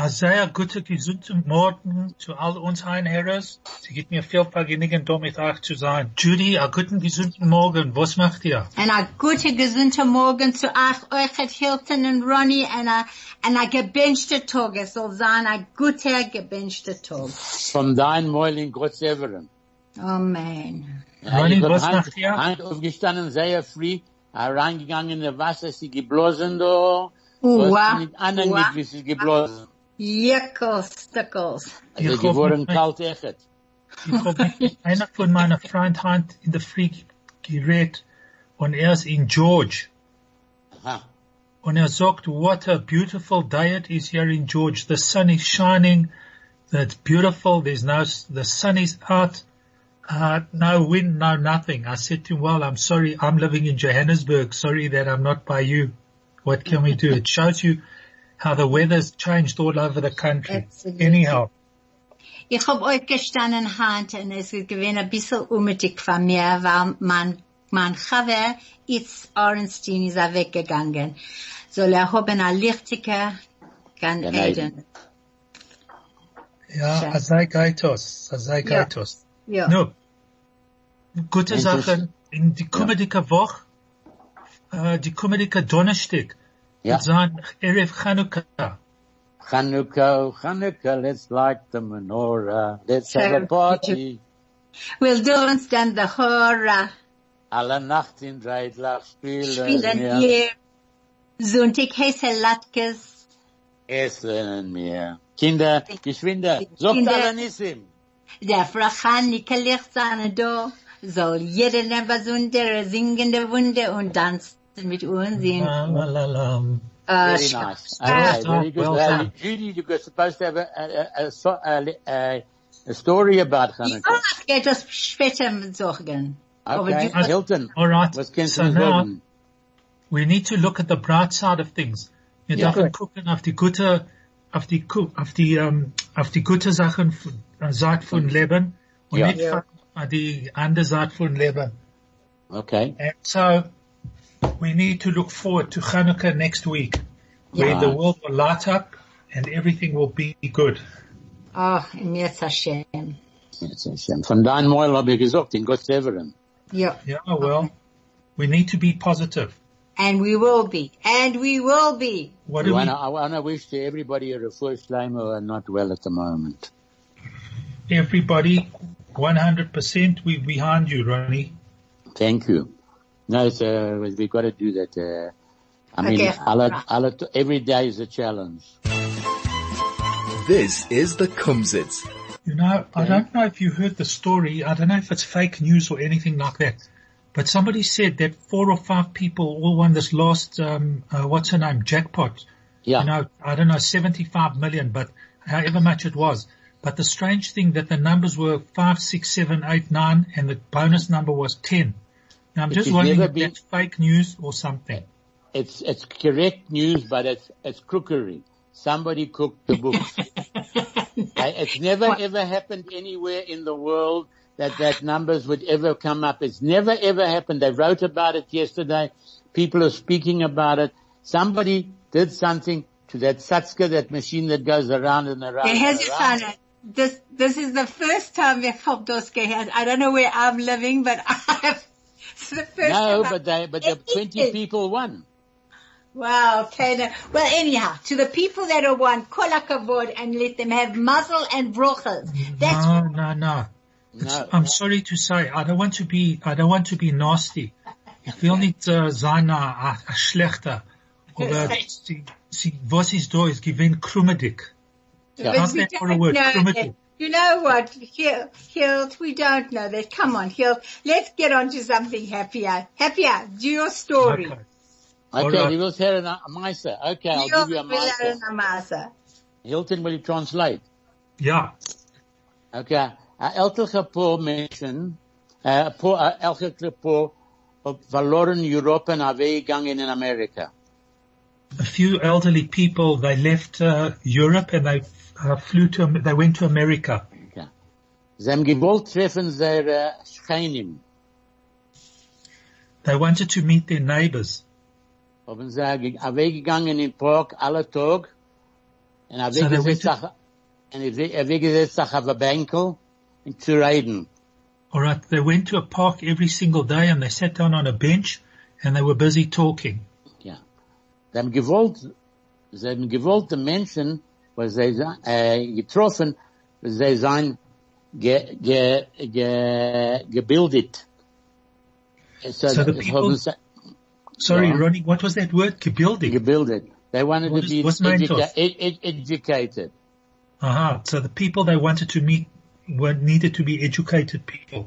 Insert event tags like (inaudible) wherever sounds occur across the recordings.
Ein sehr guter, gesunden Morgen zu all unseren Herren. Sie gibt mir viel Vergnügen, da mit euch zu sein. Judy, einen guten, gesunden Morgen. Was macht ihr? En a gute, gesunde Morgen zu euch, euch at Hilton und Ronnie, en a, en a gebenchte Tag. Es soll sein a guter, gebenchte Tag. Von deinem Mäuling Gottes Everen. Amen. Ronny, ich bin was heim- macht ihr? heim aufgestanden, sehr früh, reingegangen in das Wasser, sie geblasen da. Uah, Was mit anderen uah. nicht, wie sie geblasen. Jekyll Stickles. Also Ich die hoffe, wurden ich- kalt echt. Ich habe mit einer von meiner Freund Hand in der Früh geredet und er ist in George. Aha. Und er sagt, what a beautiful day it is here in George. The sun is shining. That's beautiful. There's no, the sun is out. Uh, no wind, no nothing. I said to him, well, I'm sorry. I'm living in Johannesburg. Sorry that I'm not by you. What can we do? It shows you how the weather's changed all over the country. Absolutely. Anyhow, Ich hab euch gestanden Hand und es ist gewesen ein bisschen unnötig von mir, weil mein, mein Chave, Itz Orenstein, ist er weggegangen. Soll er haben ein Lichtiger, kann Gan Eden. Eden. ja, Azai Gaitos, Azai Ja. Gaitos. Ja. No. Gute Mensch, Sachen. In die kommende Woche, äh, die kommende Donnerstag, Ja. Het zijn Erev Chanukah. Chanukah, oh, Chanukah, let's light the menorah. Let's have a party. We'll do uns dann der Horror. Alle Nacht in Dreidlach spielen spielen wir, wir Sonntag heiße Latkes. essen wir. Kinder, geschwinde, sagt Kinder. alle Nissim. Der Frachanike Licht seine Do soll jeder nehmen Sundere singende Wunde und tanzen mit uns in La, la, la, la. äh, Ah, Very Sch- nice. Sch- Alright, very good. Well Uh, done. Judy, you were supposed to have a, a, a, so- a, a, a story about Ja, Hanukkah. ich werde das später mit sorgen. Aber Okay, du- Hilton, Oh, All right. was kennst So du now sagen? we need to look at the bright side of things. Wir Ja. dürfen gucken auf die gute, auf die, gu- auf die, ähm, auf die gute Sachen, von- äh, Seite von Leben und Mhm. Ja. nicht Ja. von, äh, die andere Seite von Leben. Okay. And so we need to look forward to Hanukkah next week, where Yeah. the world will light up and everything will be good. Ach, Ah, mir ist das schön. Jetzt ist schön. Von deinem Mäuel habe ich gesagt, in Gott Severen. Ja. Yeah, well, we need to be positive. And we will be. And we will be. What I do we wanna, I wanna wish to everybody a refuah shleim who are not well at the moment. everybody 100% we behind you ronnie Thank you. No, it's, uh, we've got to do that. Uh, I mean, Okay. alle, alle, every day is a challenge. This is the Kumsitz. you know i don't know if you heard the story i don't know if it's fake news or anything like that but somebody said that four or five people all won this last um uh, what's her name jackpot Yeah. you know i don't know 75 million but however much it was but the strange thing that the numbers were five, six, seven, eight, nine, and the bonus number was 10 now i'm It just has wondering never if been- that's fake news or something it's it's correct news, but it's it's crookery. Somebody cooked the books. I- it's never ever happened anywhere in the world that that numbers would ever come up. It's never ever happened. They wrote about it yesterday. People are speaking about it. Somebody did something to that Satska, that machine that goes around and around. Der and Hesse around. Pfanne. This, this is the first time we've helped those gehört. I don't know where I'm living, but (laughs) I've, it's the first No, time. but they, but the 20 people won. Wow, okay. then. Well, anyhow, to the people that are one, kol hakavod and let them have muzzle and brochas. That's no no no No. I'm sorry to say, I don't want to be, I don't want to be nasty. Ich will nicht äh, sein äh, ein ein schlechter. Aber sie, sie, was ist da, es gewinnt Krummedik. Yeah. But How's we that for a don't word? know Primitive. that. You know what, Hilt, Hilt, we don't know that. Come on, Hilt, let's get on to something happier. Happier, do your story. Okay. All Okay, right. we will share an- a miser. Okay, I'll Your give you a miser. Villanamasa. Hilton, will you translate? Yeah. Okay. Uh, elke gepoor mensen, uh, poor, uh, elke gepoor op- verloren Europa en haar weg gegangen in Amerika. A few elderly people, they left uh, Europe and they uh, flew to, they went to America. Ja. Ze hebben gewollt treffen zijn uh, schijnen. They wanted to meet their neighbors. Hebben ze ge- haar weg gegangen in het park, alle tag. En haar weg Zijn er gezet witte- zich- en haar weg- haar weg gezet zich op een bankel en te rijden. All right, they went to a park every single day and they sat down on a bench and they were busy talking. Ja. Ze hebben gewollt, ze hebben gewollt de mensen, was ze zijn, äh, getroffen, ze zijn ge, ge, ge, gebildet. So, So the people- Sorry, Yeah. Ronnie, what was that word? Gebuilding. gebildet. They wanted What to is- be what's meant educa- of? ed, ed, educated. Aha. So the people they wanted to meet were needed to be educated people.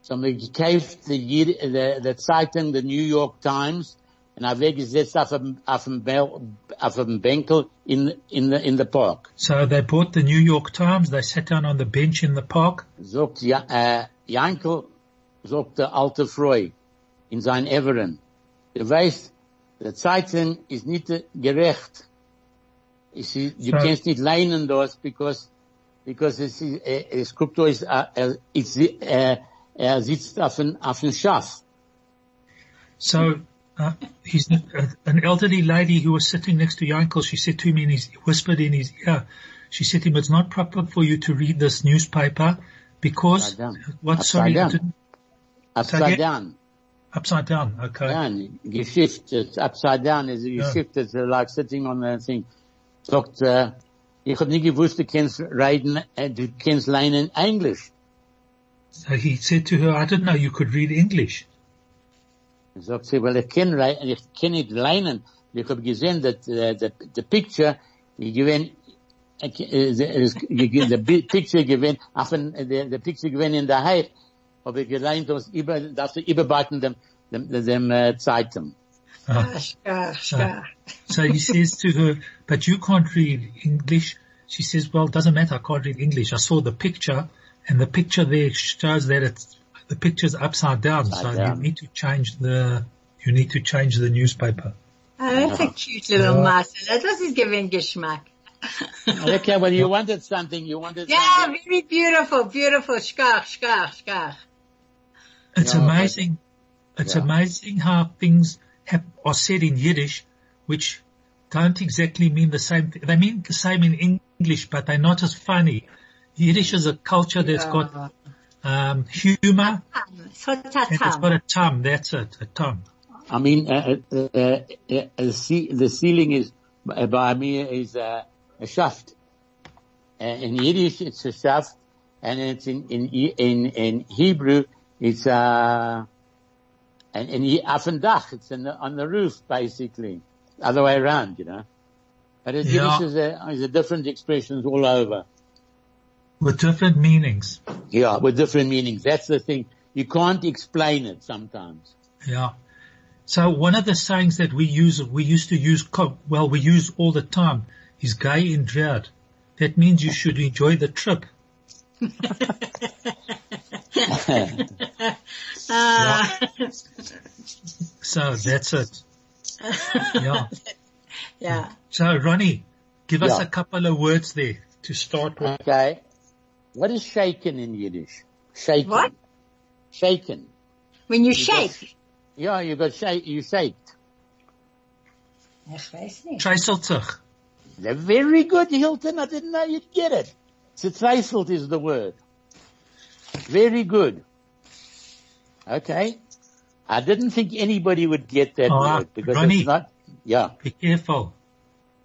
So they gekauft the, Jid- the, the Zeitung, the New York Times, and I've gesetzt auf dem, auf dem, Bel- auf dem Benkel in, in the, in the park. So they bought the New York Times. They sat down on the bench in the park. sagt ja, äh, Jankel, sagt der alte Freud in sein Everen. Du weißt, der Zeitung ist nicht äh, gerecht. Ich, sie- du So- kannst nicht leinen das, because, because es, ist, äh, es guckt euch, äh, er, ich, sie- äh, er sitzt auf dem, auf dem Schaf. So uh, he's uh, an elderly lady who was sitting next to Yankel. She said to him, and he whispered in his ear. She said to him, "It's not proper for you to read this newspaper because Upside down. what? Upside Sorry, I down. didn't- Upside Sag- down. upside down. Okay. down, geschiftet, äh, upside down, is geschiftet, so like sitting on the thing. Sagt, äh, ich hab nie gewusst, du kennst reden, äh, du kennst leinen Englisch. So he said to her, "I didn't know you could read English." Sagt sie, well, ich kenn reiten, ich kenn nicht leinen. Ich hab gesehen, that, äh, the, the picture, ich gewinn, äh, the, the bi- picture gewinn, auf ein, the, the picture gewinn in der Hype. Hab ich geleint, dass über, dass sie überbacken dem, dem, dem, äh, Zeitung. Ah, Sure, sure. So he says to her, but you can't read English. She says, well, it doesn't matter. I can't read English. I saw the picture and the picture there shows that it's, the picture's upside down. so Upside down. you need to change the, you need to change the newspaper. Oh, that's a cute little Yeah. mouse. Das ist gewinn Geschmack. Okay, well, you wanted something, you wanted Yeah, something. very beautiful, beautiful. Schkach, schkach, schkach. It's Yeah, amazing. It's Yeah. amazing how things have, are said in Yiddish, which don't exactly mean the same thing. They mean the same in English, but they're not as funny. Yiddish is a culture that's got, um, humor Ah, So And It's got tatam. a tum. That's it, a tum. I mean, uh, uh, uh, uh, uh, see, the ceiling is uh, by me is uh, a shaft. Uh, in Yiddish, it's a shaft, and it's in in in in Hebrew, it's uh, and in Ye- auf dem Dach, it's in the, on the roof basically, other way around, you know. But it's Yeah. Yiddish is a, is a different expressions all over. With different meanings. Yeah, with different meanings. That's the thing. You can't explain it sometimes. Yeah. So one of the sayings that we use, we used to use, co- well, we use all the time is gay in dread. That means you should enjoy the trip. Ah, So that's it. Yeah. yeah. So Ronnie, give us Yeah. a couple of words there to start with. Okay. What is shaken in Yiddish? Shaken. What? Shaken. When you shake. Yeah, you got shake, you shaked. Ich weiß nicht. Treiseltuch. They're very good, Hilton. I didn't know you'd get it. Zitzreiselt is the word. Very good. Okay. I didn't think anybody would get that Ah, word because Ronnie. it's not, yeah. Be careful.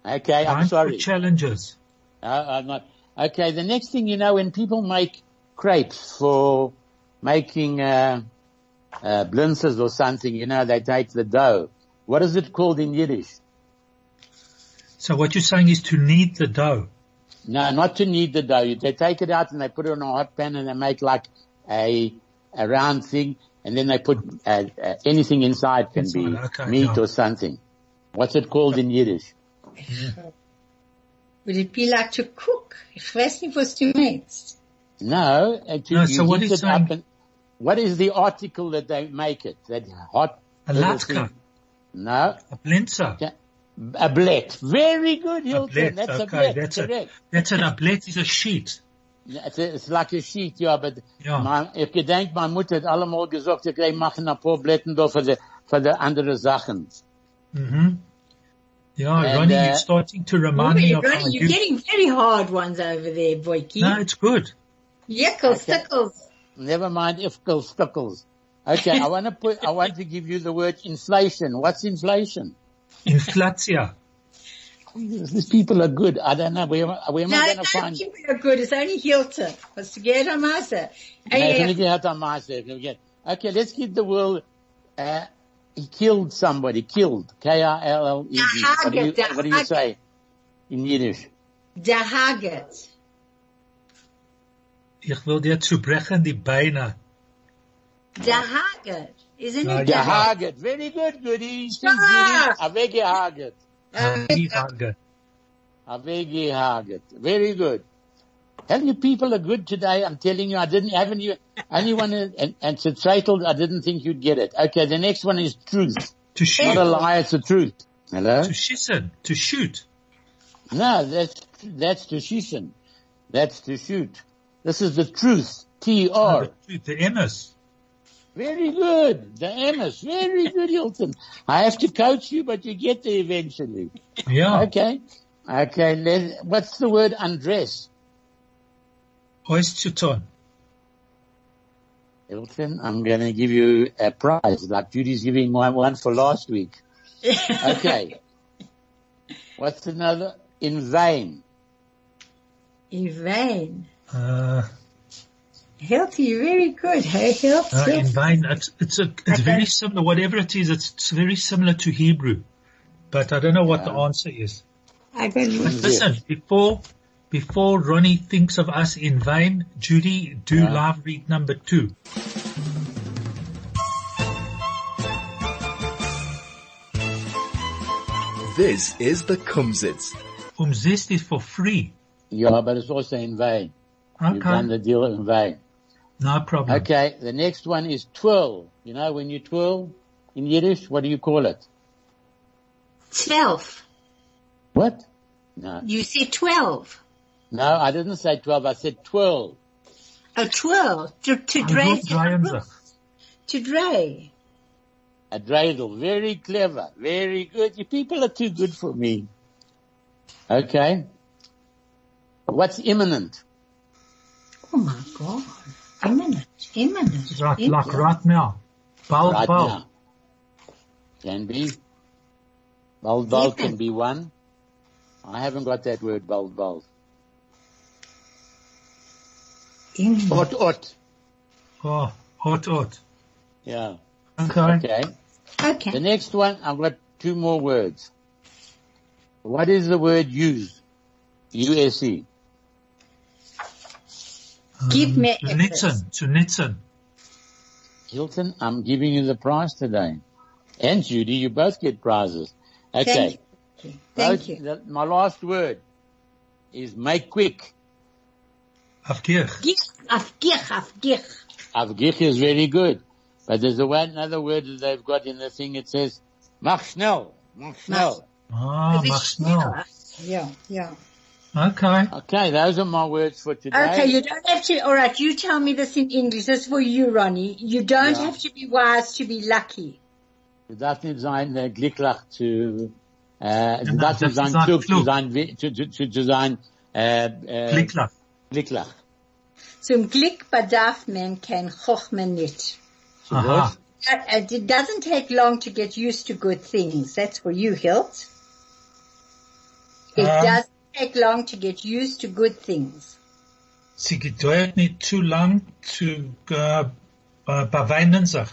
Okay, I'm Time for sorry. challenges. No, I'm not. Okay, the next thing you know, when people make crepes for making uh, uh, blintzes or something, you know, they take the dough. What is it called in Yiddish? So what you're saying is to knead the dough. No, not to knead the dough. They take it out and they put it on a hot pan and they make like a a round thing, and then they put uh, uh, anything inside can be Inside, okay, meat yeah. or something. What's it called in Yiddish? Would it be like to cook? Ich weiß nicht, was du meinst. No, and to, No, you so what um, heat he's it up saying- and, what is the article that they make it? That hot A little latka, thing? No, a blinzer. ja- a blet. Very good, Hilton. Ablet, that's a okay, blet. that's a- correct. That's an ablet is a sheet. It's, it's like a sheet, ja, but Ja. my, ich gedenk, meine Mutter hat allemal gesagt, ich machen ein paar Blätter da für die, für die andere Sachen. Mhm. Yeah, And, Ronnie, uh, you're starting to Oh, remind me you're, of my going- you're youth. getting very hard ones over there, Boyki. No, it's good. Yickle, Okay. stickles. Never mind ifkel stickles. Okay, (laughs) I want to put, I want to give you the word inflation. What's inflation? Inflatia. These people are good. I don't know. Where, am I- where am No, I no going to find? people are good. It's only Hilton. Was to get on my side. No, it's Hey, only if you have to mask it. Okay, Okay, let's give the world, uh, he killed somebody, killed. K-I-L-L-E-D. Ja, E What do you, Haggard, ja, what do you Haggard. say in Yiddish? Der Haggard. Ich will dir zubrechen die Beine. Der Haggard. Isn't No, it? yeah. Der Haggard? Gehaget. Very good, goody. She's goody. Ah! Awegehaget. eh, Die Haare. Awegehaget. Very good. Tell you people are good today. I'm telling you, I didn't, haven't you, anyone, and, and it's titled, I didn't think you'd get it. Okay, the next one is truth. To Not a shoot. lie, it's the truth. Hello? To shissen. To shoot. No, that's, that's to shishan. That's to shoot. This is the truth. No, (laughs) T-R. the truth, The Emmas. Very good. The Emmis. Very good, Hilton. I have to coach you, but you get there eventually. Yeah. Okay. Okay. Let, what's the word undress? Oiszuton. Hilton, I'm going to give you a prize, like Judy's giving one, one for last week. Okay. what's another? In vain. In vain. Uh, Hilton, you're very good. Hey, Hilton. uh, in vain. It's, it's, a, it's Okay. very similar. Whatever it is, it's, it's very similar to Hebrew. But I don't know what the Yeah. answer is. I got But listen, before, before Ronnie thinks of us in vain, Judy, do Yeah. live read number two. This is the Kumsitz. Umzist is for free. Yeah, but it's also in vain. You've done Okay. the deal in vain. No problem. Okay, the next one is twirl. You know when you twirl in Yiddish, what do you call it? 12. What? No. You said 12. No, I didn't say twelve, I said twirl. A twirl. To, to Een dray. roepdraaiende. To dray. A dreidel. Very clever. Very good. You people are too good for me. Okay. What's imminent? Oh my God. Imminent. Imminent. Right, like Imminent. right now. Bald, right bald. now. Can be. Bald bald can be one. I haven't got that word bald bald. Imminent. Ot ot. Oh, hot, hot. Yeah. Okay. Okay. The Okay. next one, I've got two more words. What is the word use? U-S-E. Give me Um, To a Nitzen, to Nitzen. Hilton, I'm giving you the prize today. And Judy, you both get prizes. Okay. Thank you. Both- Thank you. the- my last word is make quick. Afgir. Gich, afgich, afgich. Avgich is very good. But there's a one, another word that they've got in the thing. It says, mach schnell, mach schnell. Ah, mach snel. Yeah, yeah. Okay. Okay, those are my words for today. Okay, you don't have to, alright, you tell me this in English. This is for you, Ronnie. You don't Yeah. have to be wise to be lucky. Het darf nicht sein, äh, glücklich zu, äh, es Genau, darf das nicht ist sein, ein klug zu Klug. sein, wie- zu, zu, zu, zu sein, äh, äh, Klickler. glücklich. Zum Glück bedarf man kein Chochme nicht. So Aha. what? That- and It doesn't take long to get used to good things. That's for you, Hilt. It Um, doesn't take long to get used to good things. Sie gedauert nicht zu lang zu, äh, äh, beweinen sich.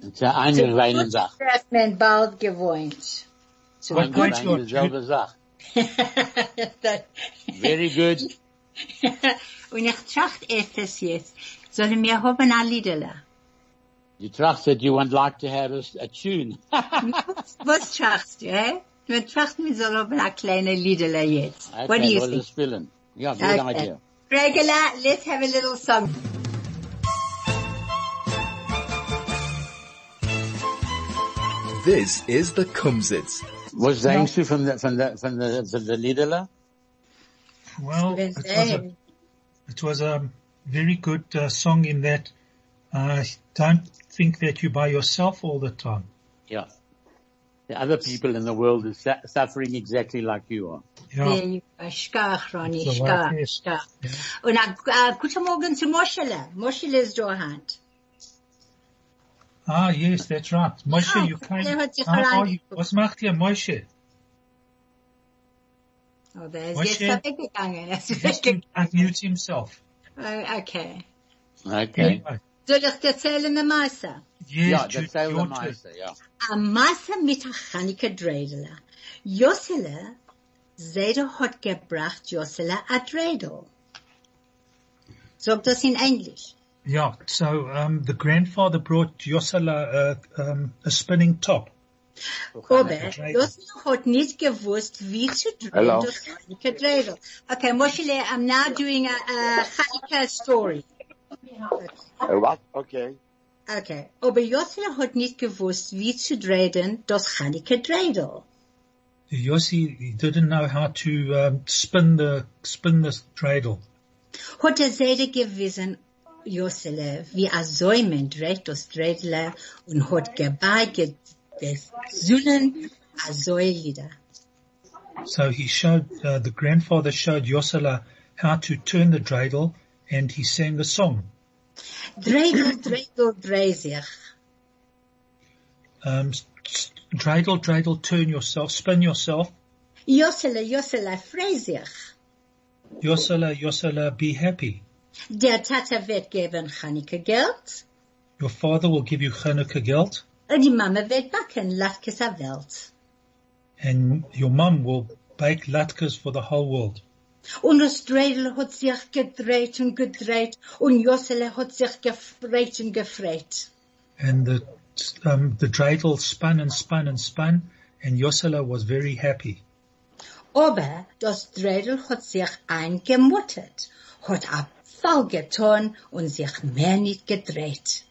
Es ist eine reine Sache. Hat man bald gewohnt. What Eine point reine you are, (laughs) dieselbe Sache. Very good. Und ich tracht etwas jetzt. Sollen wir haben ein Liederle? You trust that you would like to have a, a tune. Was trachst du, hä? Wir trachten, wir sollen haben ein kleines Liederle jetzt. Okay, What do you well, think? uh, let's fill in. Yeah, good Okay. idea. Regular, let's have a little song. This is the Kumsitz. Was the Hengstu from the, from the, from the, from the Liederler? Well, it was a, it was a very good uh, song in that uh, don't think that you're by yourself all the time. Yeah. The other people in the world are su- suffering exactly like you are. Yeah. Schkach, Ronny, So schkach, what is- schkach. Und a, a, guten Morgen zu Moschele. Moschele ist da hand. Ah, yes, that's right. Moshe, Ah, you came. there was your How are Quran. you? Was macht ihr, Moshe? Oh, der ist Moshe. jetzt weggegangen. Er ist He has to (laughs) weggegangen. unmute himself. Oh, Okay. Okay. Anyway, Soll ich dir erzählen, eine Masse? Yeah, Yes, the Jude, sale your of turn. Meister, yeah. a Masse mit a Chaneke Dreidler. Jossele, Zeder hat gebracht Jossele a Dreidel. Sag das in Englisch. Yeah, so um, the grandfather brought Yosela uh, um, a spinning top. Aber Dreidel. Jossele hat nicht gewusst, wie zu drehen Hello. das Chaneke Dreidel. Okay, Moshele, I'm now doing a, a Chaneke story. Uh, what? Okay. Okay, aber Jossele hat nicht gewusst, wie zu drehen das Chaneke Dreidel. Yossi he didn't know how to um, spin the spin the dreidel. Hat er selber gewissen, Jossele, wie er säumen dreht das Dreidle und hat gebeiget des Sünden a Säulider. So he showed uh, the grandfather showed Yosela how to turn the dreidel, and he sang the song. Dreidel, Dreidel, dreh sich. Um, s- s- dreidel, dreidel, turn yourself, spin yourself. Jossele, Jossele, freu sich. Yosela, Yosela, be happy. Der Tata wird geben Chaneke Geld Your father will give you Chanukah geld, und die Mama wird backen Latkes a Welt. and your mum will bake latkes for the whole world. Und das Dreidel hat sich gedreht und gedreht und Jossele hat sich gefreut und gefreut. And the um, the dreidel spun and spun and spun, and Yosela was very happy. Aber das Dreidel hat sich eingemuttet, hat a Fall getan und sich mehr nicht gedreht.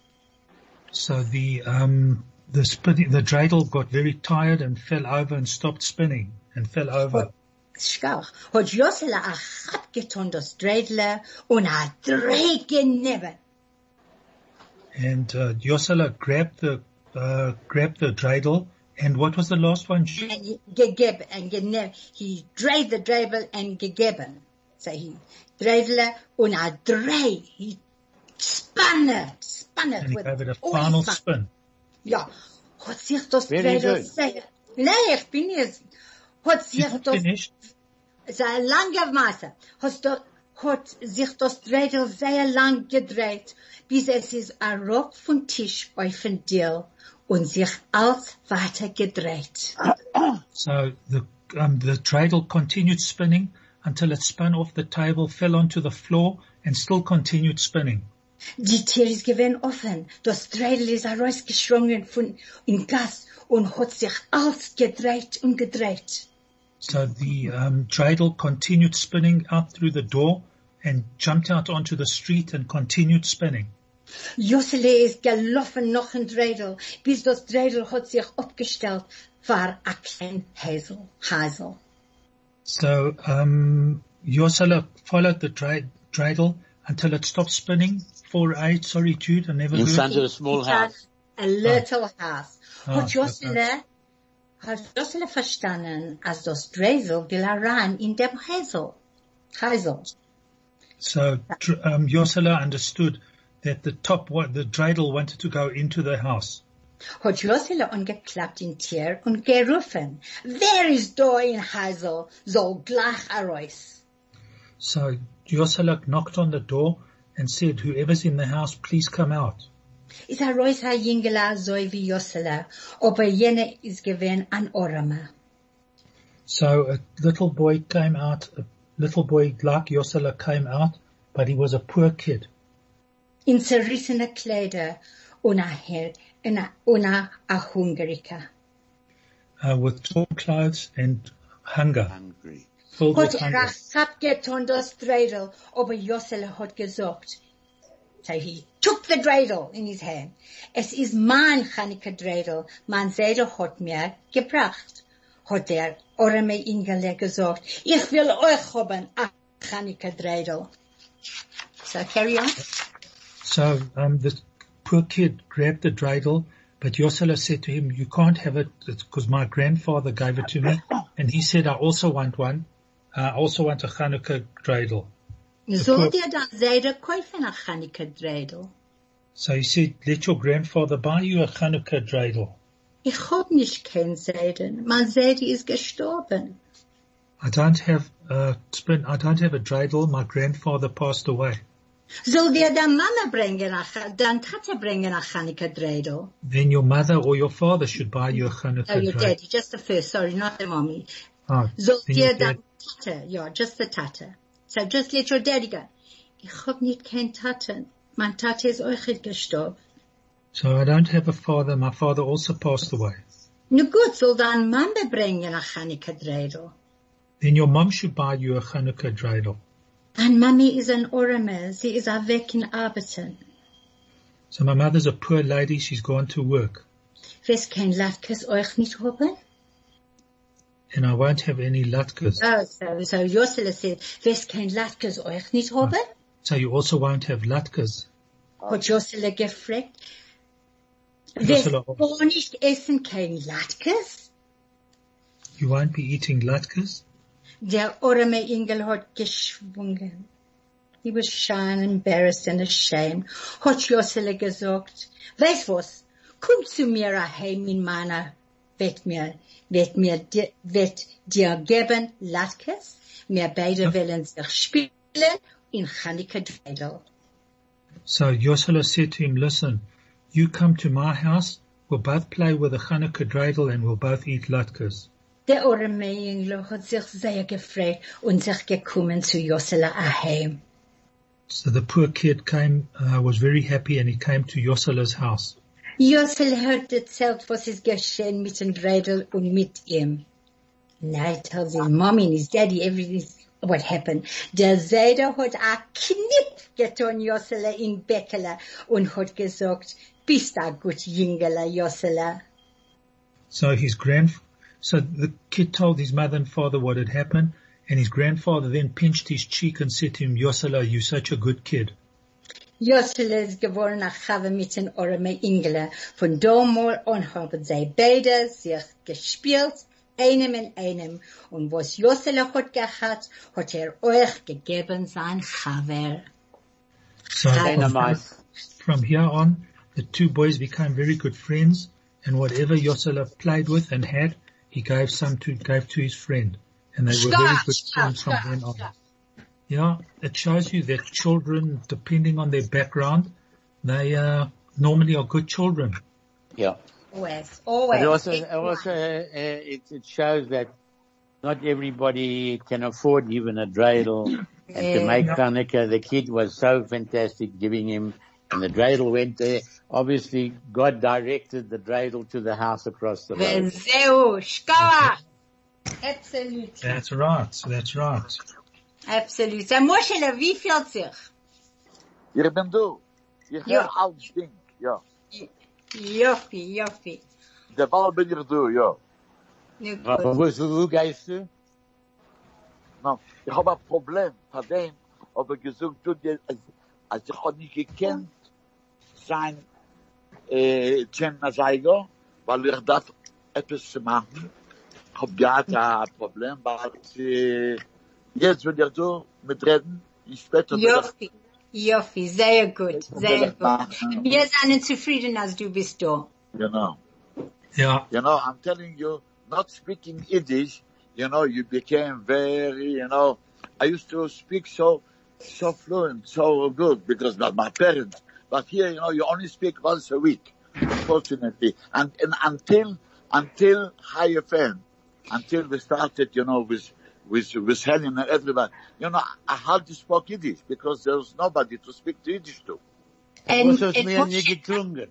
So the um the spinning the dreidel got very tired and fell over and stopped spinning and fell over. Schach, hat Josela a Chab getan das Dreidle und a Dreh genommen. And uh, Yosela grabbed the uh, grabbed the dreidel. And what was the last one? And gegeben, and genommen. He dreht the Dreidel and gegeben. So he Dreidle und a Dreh. He spannet, spannet. And he with gave it a all final his might. spin. Ja, hat sich das Very Dreidel good. sehr... Nein, ich bin jetzt... Hat sich She's not das... finished. Es war ein langer Maße. Hast du, hat sich das Dreidel sehr lang gedreht, bis es ist ein Rock vom Tisch auf den Dill und sich als weiter gedreht. So the um, the dreidel continued spinning until it spun off the table, fell onto the floor, and still continued spinning. Die Tür ist gewesen offen. Das Dreidel ist herausgeschwungen von, in Gas und hat sich als gedreht und gedreht. So the um, dreidel continued spinning out through the door and jumped out onto the street and continued spinning. Jossele ist gelaufen noch ein Dreidel, bis das Dreidel hat sich abgestellt, war ein klein Häsel, Hasel. So um, Yosela followed the dra- dreidel until it stopped spinning. Four eight, sorry Jude, I never In heard. front of a small house. A little house. Ah, hat Jossele, hat Jossele verstanden, als das Dresel will rein in dem Häsel. Häsel. So dr- um, Yosela understood that the top, wa- the dreidel wanted to go into the house. Hat Jossele angeklappt in Tier und gerufen, wer ist da in Häsel, soll gleich heraus. So Yosela knocked on the door and said, "Whoever's in the house, please come out." Ist heraus ein Jüngler, so wie Jossele, aber jene ist gewesen an Orama. So a little boy came out, a little boy like Yosela came out, but he was a poor kid. In zerrissene Kleider und ein Hell, und ein- und ein ein Hungriger. Uh, with torn clothes and hunger. Hungry. filled Hat with hunger. Rahab getan das dreidel, aber Josele hat gesagt. So he took the dreidel in his hand. Es ist mein Chanukah dreidel, mein Seder hat mir gebracht. Hat der arme Ingele gesagt, ich will euch haben, a Chanukah dreidel. So carry on. So um, the poor kid grabbed the dreidel, but Yosela said to him, "You can't have it because my grandfather gave it to me." And he said, "I also want one. Uh, I also want a Hanukkah dreidel." Soll dir dann Seder kaufen, a Chanukah dreidel? So he said, "Let your grandfather buy you a Hanukkah dreidel. Ich hab nicht kein Seder. Mein Seder ist gestorben. I don't have a spin. I don't have a dreidel. My grandfather passed away." Soll dir dann Mama bringen, a Chan- dann Tate bringen, a Chanukah dreidel? Then your mother or your father should buy you a Hanukkah Oh, your dreidel. daddy, just the first, sorry, not the mommy. Oh, So then dir your dad- dann Tate, ja, just the Tate. So just let your daddy go. Ich hab nicht kein Tate. Mein Tate ist euch gestorben. So I don't have a father. My father also passed away. Nu gut, soll dann Mama bringen, a Chanukah dreidel? Then your mom should buy you a Hanukkah dreidel. And Mummy is an Orame. Sie ist auch weg in Arbeiten. So my mother's a poor lady. She's gone to work, Wes kein Latkes euch nicht haben? and I won't have any latkes. Oh, so, so Josele said, wes kein Latkes euch nicht haben? So you also won't have latkes. Hat Josele gefragt. Wes Josele- gar nicht essen kein Latkes? You won't be eating latkes. Der arme Engel hat geschwungen. He was shy and embarrassed and ashamed. Hat Josele gesagt, weißt was, komm zu mir heim in meiner, wird mir, wird mir, di- wird dir geben, Latkes. Wir beide wollen sich spielen in Chanukah Dreidel. So Yosela said to him, "Listen, you come to my house. We'll both play with a Hanukkah dreidel, and we'll both eat latkes." Der arme Engel hat sich sehr gefreut und sich gekommen zu Josele heim. So the poor kid came, uh, was very happy, and he came to Yosela's house. Jossel hört erzählt, was ist geschehen mit dem Dreidel und mit ihm. Now he tells his mommy and his daddy everything what happened. Der Seider hat a Knipp getan Jossele in Beckele und hat gesagt, bist a gut Jüngele, Jossele. So his grand, so the kid told his mother and father what had happened, and his grandfather then pinched his cheek and said to him, Yosela, you're such a good kid. Jossele ist geworden a Chave mit den Orme Ingele. Von damals an haben sie beide sich gespielt, einem in einem. Und was Jossele hat gehabt, hat er euch gegeben sein Chaver. So from, Dynamite. from here on, the two boys became very good friends, and whatever Yosela played with and had, he gave some to, gave to his friend. And they were very good friends from then on. Yeah, it shows you that children, depending on their background, they, uh, normally are good children. Yeah. Always, always. But also, also uh, uh, it, it shows that not everybody can afford even a dreidel. And to Yeah. make Hanukkah, the kid was so fantastic giving him, and the dreidel went there. Obviously, God directed the dreidel to the house across the road. וזהו, שכוח. Absolutely, That's right. That's right. absolutely. So, Moshe, wie fühlt sich? Ich bin du. Ich Ja. bin alt Ding, ja. Joffi, Joffi. Der Ball bin ich du, ja. Nu But gut. Uh, who- who goes to? No, ich habe ein Problem von dem, ob ich gesagt tut dir, als- als ich habe nicht gekannt sein, äh, Chen Nazaigo, weil ich darf etwas zu machen. Ich habe gehabt ein Problem, weil äh, jetzt will ich du mitreden, ich später will ich- Joffi, Joffi, sehr gut, sehr gut. Wir sind zufrieden, als du bist da. Genau. Yeah. You know, I'm telling you, not speaking Yiddish, you know, you became very, you know, I used to speak so, so fluent, so good, because not my parents. But here, you know, you only speak once a week, unfortunately. And, and until, until higher FM, until we started, you know, with, with, with Helen and everybody, you know, I hardly spoke Yiddish because there was nobody to speak to Yiddish to. And, Also, and, it's me and Nicky Moshe, Klungen.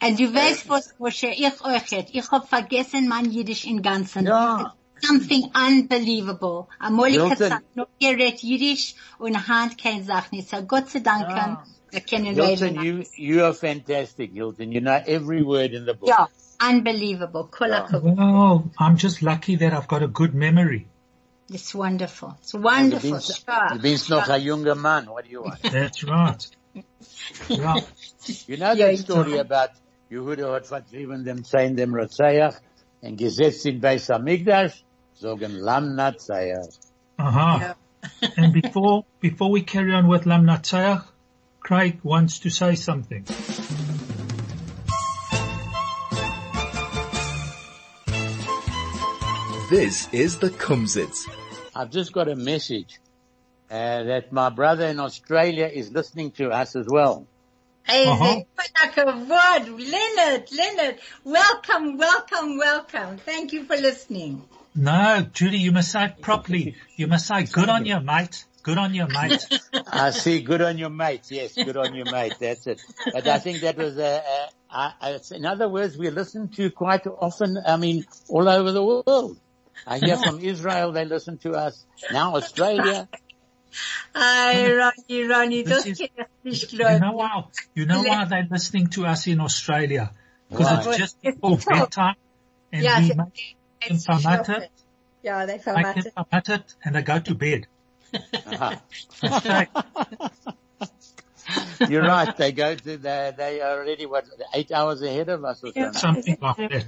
and du weißt, was Moshe, ich euch jetzt, ich hab vergessen, mein Jiddisch im Ganzen. Ja, something unbelievable. Amol ik het Milton. sagt, nog gered Jiddisch und Hand kein Sach nicht. So Gott sei Dank, Ah. wir können Hilton, reden. you, you are fantastic, Hilton. You know every word in the book. Ja, unbelievable. Kola Kuba. Well, I'm just lucky that I've got a good memory. It's wonderful. It's Du wonderful. bist, du bist noch ein junger Mann. What do (laughs) you want? That's right. Yeah. You know Yeah, the story about Yehuda hat vertrieben dem Zayn dem Rotzeach und gesetzt in Beis Hamikdash, sogen Lamna Zayach. Uh-huh. (laughs) and before, before we carry on with Lam Natsaych, Craig wants to say something. This is the Kumsitz. I've just got a message uh, that my brother in Australia is listening to us as well. Hey, Uh-huh. Kola Kavod, Leonard, Leonard, welcome, welcome, welcome. Thank you for listening. No, Judy, you must say it properly. You must say, good on you, mate. Good on you, mate. (laughs) I see. Good on your mate. Yes, good on your mate. That's it. But I think that was a. a I, I, in other words, we listen to quite often. I mean, all over the world. I hear from Israel they listen to us. Now Australia. Ay, Ronnie, Ronnie, das This kann ich nicht You know glauben. why? You know why they're listening to us in Australia? Why? Because it's just before bedtime, and Yeah, we it's- make them It's fermented, chocolate. Ja, they make them fermented. fermented, and they go to bed. Uh-huh. Okay. You're right. They go to. They, they are already what eight hours ahead of us or something. Something like that.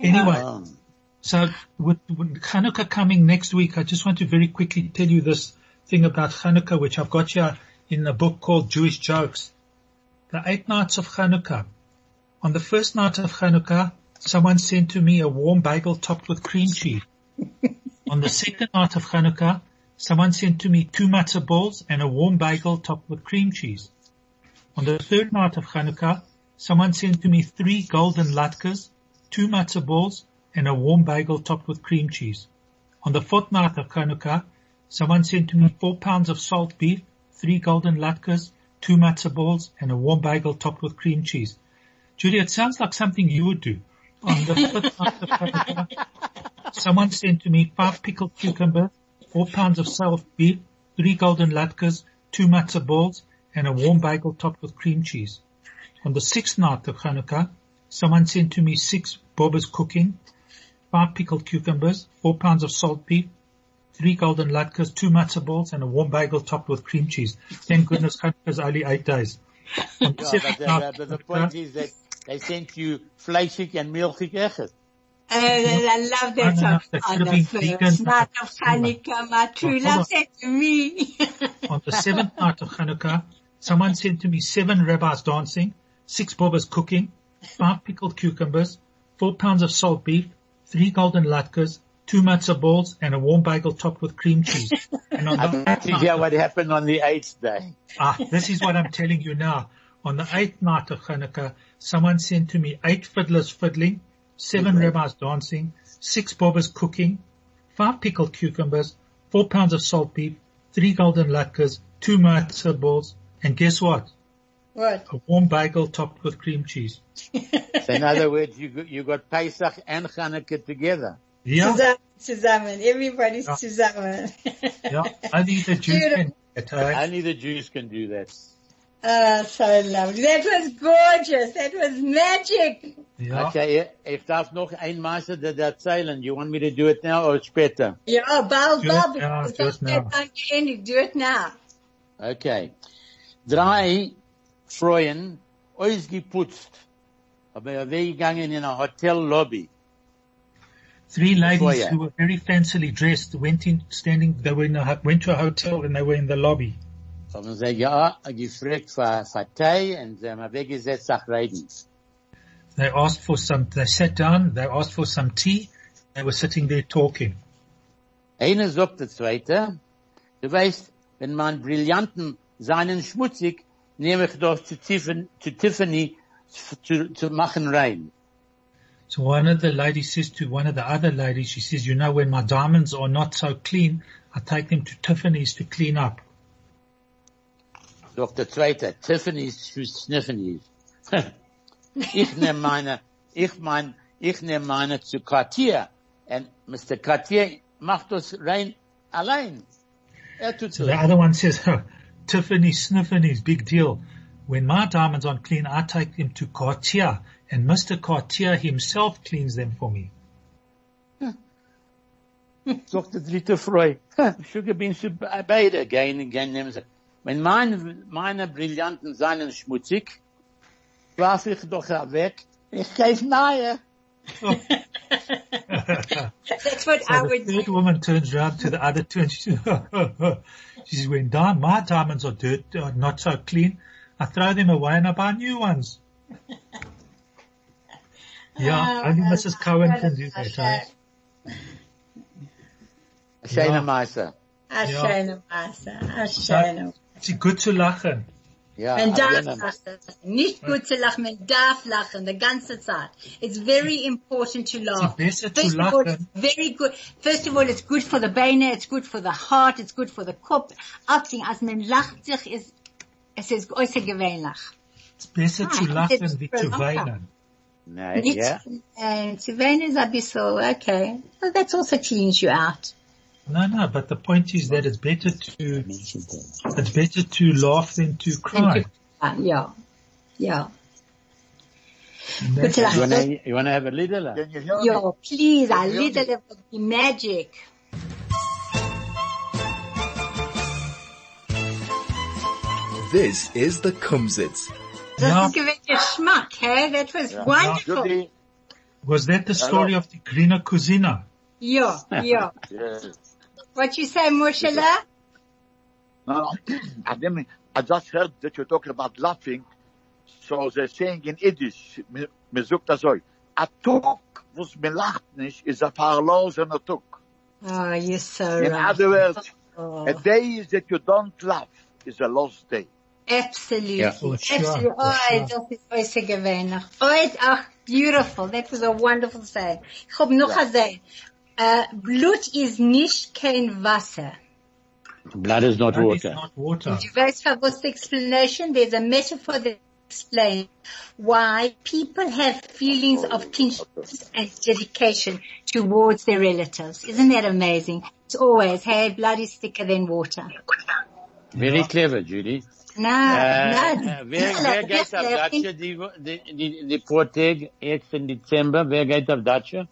Anyway, Um, so with, with Hanukkah coming next week, I just want to very quickly tell you this thing about Hanukkah, which I've got here in a book called Jewish Jokes. The eight nights of Hanukkah. On the first night of Hanukkah, someone sent to me a warm bagel topped with cream cheese. On the second night of Hanukkah, someone sent to me two matzah balls and a warm bagel topped with cream cheese. On the third night of Hanukkah, someone sent to me three golden latkes, two matzah balls, and a warm bagel topped with cream cheese. On the fourth night of Hanukkah, someone sent to me four pounds of salt beef, three golden latkes, two matzah balls, and a warm bagel topped with cream cheese. Judy, it sounds like something you would do. On the fifth night of Hanukkah, someone sent to me five pickled cucumbers, four pounds of self beef, three golden latkes, two matzah balls, and a warm bagel topped with cream cheese. On the sixth night of Hanukkah, someone sent to me six bobbers cooking, five pickled cucumbers, four pounds of salt beef, three golden latkes, two matzah balls, and a warm bagel topped with cream cheese. Thank goodness Hanukkah's only eight days. On the yeah, seventh but, night the, of but the Hanukkah- point is that they sent you fleischig and milchig echet. I love No, that no, no, song. Oh, that On should have the been first vegan. night of Hanukkah, my true Hold love on. said to me. (laughs) on the seventh night of Hanukkah, someone sent to me seven rabbis dancing, six bobbers cooking, five pickled cucumbers, four pounds of salt beef, three golden latkes, two matzah balls, and a warm bagel topped with cream cheese. And on I'd the like to hear what happened on the eighth day. ah, this is what I'm telling you now. On the eighth night of Hanukkah, someone sent to me eight fiddlers fiddling, seven rabbis dancing, six bobbers cooking, five pickled cucumbers, four pounds of salt beef, three golden latkes, two matzah balls, and guess what? What? A warm bagel topped with cream cheese. So in other words, you got, you got Pesach and Hanukkah together. Yeah, Zusammen, zusammen. Everybody's Ja. zusammen. yeah. Only the Jews can get it. Only the Jews can do that. (laughs) Ah, so lovely. That was gorgeous. That was magic. Yeah. Okay, ich darf noch ein Maße das erzählen. You want me to do it now or später? Ja, bald, Do it bald. now, because do it that's now. not ending. Do it now. Okay. Drei Freuen, ausgeputzt, aber weggegangen in a hotel lobby. Three ladies Foyer. who were very fancily dressed went in, standing, they were in a, ho- went to a hotel and they were in the lobby. Haben sie ja er gefragt für, für Tee und sie haben weggesetzt nach Reden. They asked for some, they sat down, they asked for some tea, they were sitting there talking. Einer sagt der Zweite, du weißt, wenn man Brillanten seinen schmutzig, nehme ich doch zu, Tiffen, zu Tiffany zu, zu machen rein. So one of the ladies says to one of the other ladies, she says, you know, when my diamonds are not so clean, I take them to Tiffany's to clean up. Sagt der Zweite, Tiffany's zu (laughs) Sniffany's. ich nehme meine, ich mein, ich nehme meine zu Cartier And Mr. Cartier macht das rein allein. Er tut So das. the other one says, oh, Tiffany Sniffany's big deal. When my diamonds aren't clean, I take them to Cartier and Mr. Cartier himself cleans them for me. Sagt der dritte Freu. Sugar Beans sind be- beide gehen, gehen nehmen sie. Wenn mein, meine Brillanten seien schmutzig, warf ich doch weg. Ich gehe neue. That's what I So the would do. third woman turns round to the other two and she says, (laughs) she says, when di- my diamonds are dirt, are not so clean, I throw them away and I buy new (laughs) ones. Yeah, Oh, Ah, only Mrs. Cohen can do that. eh? Schöne Ja. Meister. A Yeah. shame, Master. A shame. It's good to lachen. Ja, Man darf Ariana. lachen. Nicht gut zu lachen, man darf lachen, the ganze Zeit. It's very important to laugh. It's better to First of all, lachen. it's very good. First of all, it's good for the brain, it's good for the heart, it's good for the Kopf. Absing, als man lacht sich, ist, es ist äußerst gewöhnlich. It's better to Ah, lachen it's than for to laughter. weinen. Nein, Nicht, (laughs) ja. äh, zu weinen ist ein bisschen, okay. Well, that's also cleans you out. No, no, but the point is that it's better to, it's better to laugh than to cry. Ah, Ja, ja. And that's- Gut zu You wanna, lachen. you wanna have a little? uh? laugh? Can you hear me? Ja, please, a Can you hear little of the magic. This is the Kumsitz. Das Ja. ist gewesen Geschmack, hä? That was wonderful. Judy? was that the story Hello. of the Grina Cousina? Ja, ja. Yes. What you say, Mushela? (clears throat) No, no. I, didn't, Uh, I just heard that you're talking about laughing. So they're saying in Yiddish, me me sucht das euch. A Tuck, was me lacht nicht, is a verlosener Tuck. Oh, you're so In right. other words, a Oh, day that you don't laugh is a lost day. absolutely. Yeah. Oh, sure, absolutely. oh, sure. Oh, das ist äußerst gewöhnlich. Oh, it's, ach, beautiful. That was a wonderful saying. Ich hab noch Ja. gesehen. Äh, Blut ist nicht kein Wasser. Blood is not That is water. not water. And you guys have what's the explanation? There's a metaphor that explains why people have feelings of kinship and dedication towards their relatives. Isn't that amazing? It's always, hey, blood is thicker than water. Very clever, Judy. No, Äh, no. äh, wer, wer geht auf Datsche die, die, die, die Vortag jetzt im Dezember? Wer geht auf Datsche?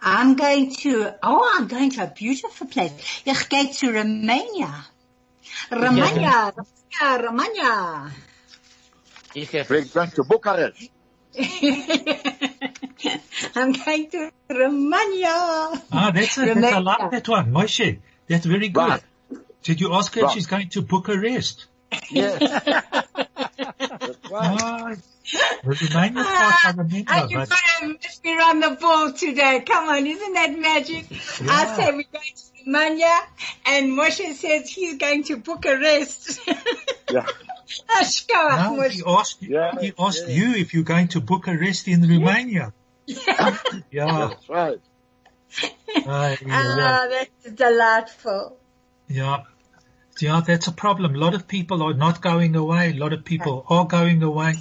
I'm going to, oh, I'm going to a beautiful place. Ich gehe to Romania. Romania, Romania, Romania. (laughs) Ich hab We're going to Bucharest. I'm going to Romania. Ah, that's it. That's, I Remember. like that one. Moshe, that's very good. Right. Did you ask her if Right. she's going to Bucharest? Yes. Ah, the Romania part I Ah, remember, and you but gotta we're on the ball today. Come on, isn't that magic? I say we're going to Romania, and Moshe says he's going to (laughs) Bucharest. yeah. Ashkoach, now Ah, Moshe. he asked, you- Yeah, he asked yeah. you if you're going to Bucharest in Romania. (laughs) Yeah, That's right. Ah, yeah, Ah, that's delightful. yeah. Yeah, that's a problem. A lot of people are not going away. A lot of people are going away.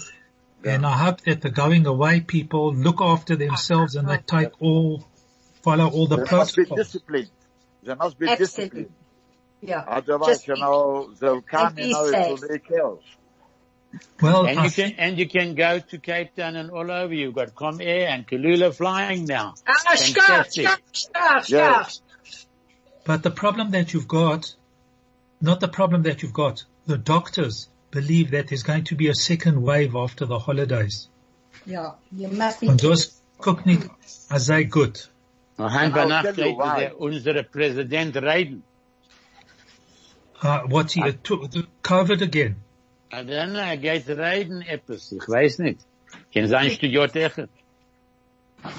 And I hope that the going away people look after themselves and they take all, follow all the There must be protocols. discipline. There must be Absolutely. discipline. Yeah. Otherwise, Just you know, they'll come, and you be know, it will safe. be chaos. Well, And I you can and you can go to Cape Town and all over. You've got Com Air and Kulula flying now. Ah, Ashkoach, Fantastic. Ashkoach, Ashkoach, Yeah. Ashkoach. But the problem that you've got, not the problem that you've got, the doctors believe that there's going to be a second wave after the holidays. Yeah, you must be Und das guckt nicht sehr gut. Ein I'll paar Nacht tell you geht why. der unsere Präsident reden. Uh, what Ah. he, it took, the COVID again. Und dann er geht reden etwas. Ich weiß nicht. Kann sein Studiot Echer.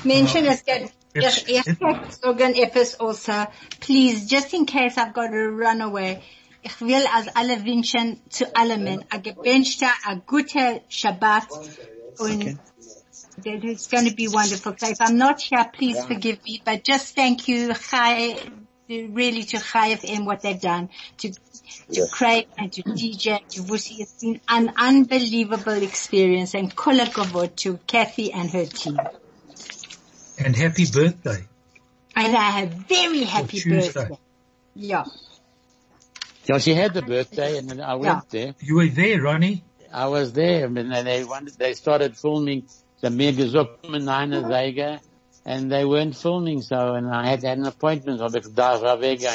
mention is that It's- yes, yes, Slogan etwas außer, please, just in case I've got to run away. Ich will als alle wünschen zu allem a gewünschter, a guter Shabbat und that it's going to be wonderful. So if I'm not here, please forgive me, but just thank you, Chai, really to Chai FM what they've done, to, to Craig and to DJ and to Vusi. It's been an unbelievable experience and kula kovod to Kathy and her team. And happy birthday. And I had a very happy Tuesday. birthday. Yeah. So she had the birthday oh, and then I went there. You were there, Ronnie. I was there and then they wanted, they started filming the Uh-huh. Megazopmenine and they weren't filming so and I had an appointment on the Dara Vega.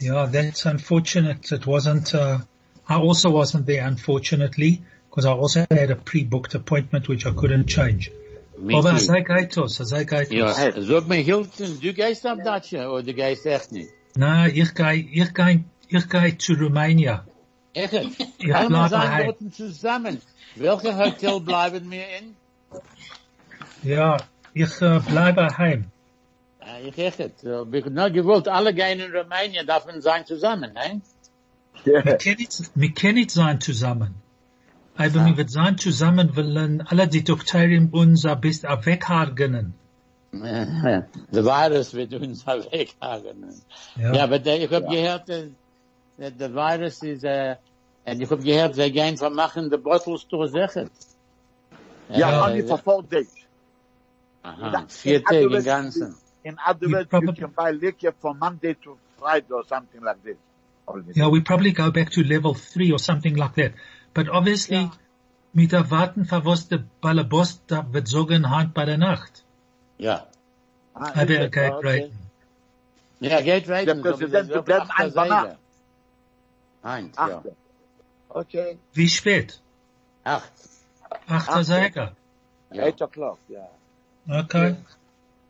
Yeah, that's unfortunate. It wasn't, uh, I also wasn't there, unfortunately, because I also had a pre-booked appointment which I couldn't change. Aber as I gate us, as I gate Ja, us. sag mir Hilton, du gehst auf Dacia oder du gehst echt nicht? Na, ich gehe, ich gehe, ich gehe zu Romania. Echt? Ja, laat Allemaal zijn maar. dorten zusammen. Welke hotel (laughs) blijven wir in? Ja, ich äh, bleibe heim. Ah, Ich echt het. Nou, je wilt alle gaan in Roemenië, daarvan zijn zusammen, (laughs) hè? Yeah. Wir kennen nicht- wir kennen nicht sein zusammen. Aber wir wird sein zusammen wollen alle die Doktorin uns ein bisschen weghargenen. De virus wird uns weghagen. Ja. Ja, aber der- ich hab gehört, äh, der der virus is, äh, en ich hab gehört, sie gehen vermachen die bottles durch sicher. Yeah, only for four days. Aha, That- vier in other Tage im words, Ganzen. In other We words, you probably- can buy liquor from Monday to Friday or something like this. Only. Yeah, we probably go back to level three or something like that. But obviously, mit der Warten verwusste Ballabost, da wird so hand bei der Nacht. Ja. Ah, Aber is er it? geht okay. reiten. Ja, geht weiter. Der Präsident bleibt ein Banat. Eins, ja. Acht. Ah, Okay. Wie spät? Acht. Acht Acht. Säger. Ja. Eight o'clock, yeah. Okay.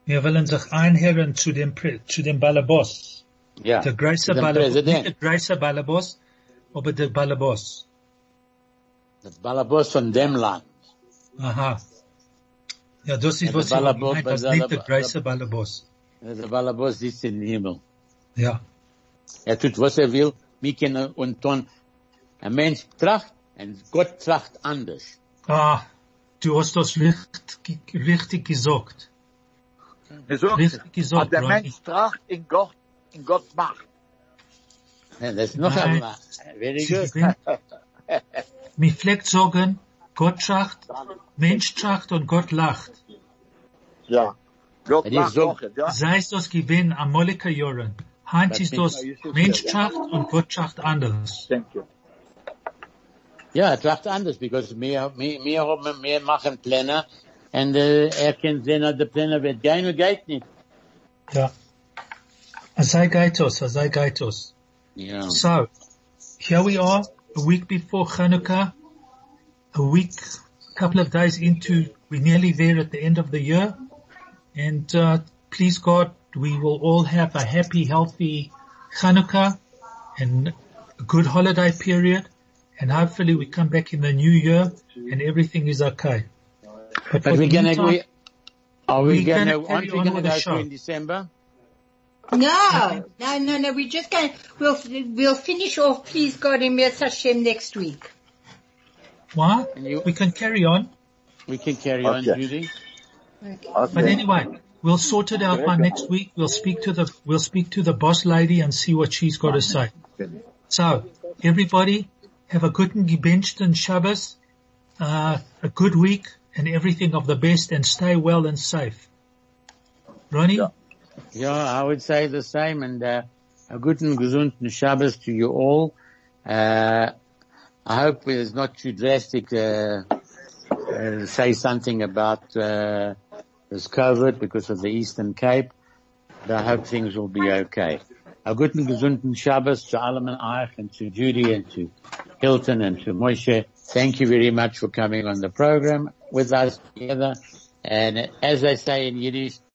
Wir wollen sich einherren zu dem, Pre- zu dem Ballabost. ja. Der Grace Der Ballabost. Nicht der Präsident. Grace Ballabost, aber der Ballabost. Der Ballabos von dem Land. Aha. Ja, das Ja, ist der was ich Ballabost gemeint, bei was der- nicht der Grace Ballabost. Der Ballabos sitzt im Himmel. Ja. Er tut, was er will. Wir können und dann ein Mensch tracht und Gott tracht anders. Ah, du hast das richtig, richtig gesagt. Is ook- Richtig Maar gesagt, de Ronnie. mens tracht in God, in Gods macht. Ja, das ist noch Nein. einmal. Very Sie good. gewinnt. Mir fleckt sagen, Gott schacht, Mensch schacht und Gott lacht. Ja. God Het is macht zo- nog het, ja. Sei es das Gewinn am Molika Joren. Heint ist das Mensch schacht und Gott schacht anders. Thank you. Ja, er tracht anders, because uh, mehr, mehr, mehr, haben- mehr machen Pläne und äh, er kann sehen, ob der Pläne wird gehen oder geht nicht. Ja. Sei Gaitos, sei Gaitos. Ja. So, here we are, a week before Hanukkah, a week, couple of days into, we're nearly there at the end of the year, and uh, please God, we will all have a happy, healthy Hanukkah and a good holiday period, and hopefully we come back in the new year and everything is okay. for But we're the gonna, meantime- we, are we, we gonna, gonna aren't carry we on gonna with the go through show. in December? No, no, no, no. We're just going. to We'll we'll finish off. Please, God, in Mirza Hashem next week. Why? And you- We can carry on, We can carry on, Okay. Judy. but Okay. anyway, we'll sort it out by next week. We'll speak to the, we'll speak to the boss lady and see what she's got to say. So, everybody, have a good and gebenchten Shabbos, uh, a good week, and everything of the best, and stay well and safe. Ronnie, Yeah. Yeah, I would say the same and uh, a good and gesunden Shabbos to you all. Uh, I hope it's not too drastic, uh, uh, say something about, uh, this COVID because of the Eastern Cape. But I hope things will be okay. A good and gesunden Shabbos to Alam and Eich and to Judy and to Hilton and to Moshe. Thank you very much for coming on the program with us together. And as they say in Yiddish,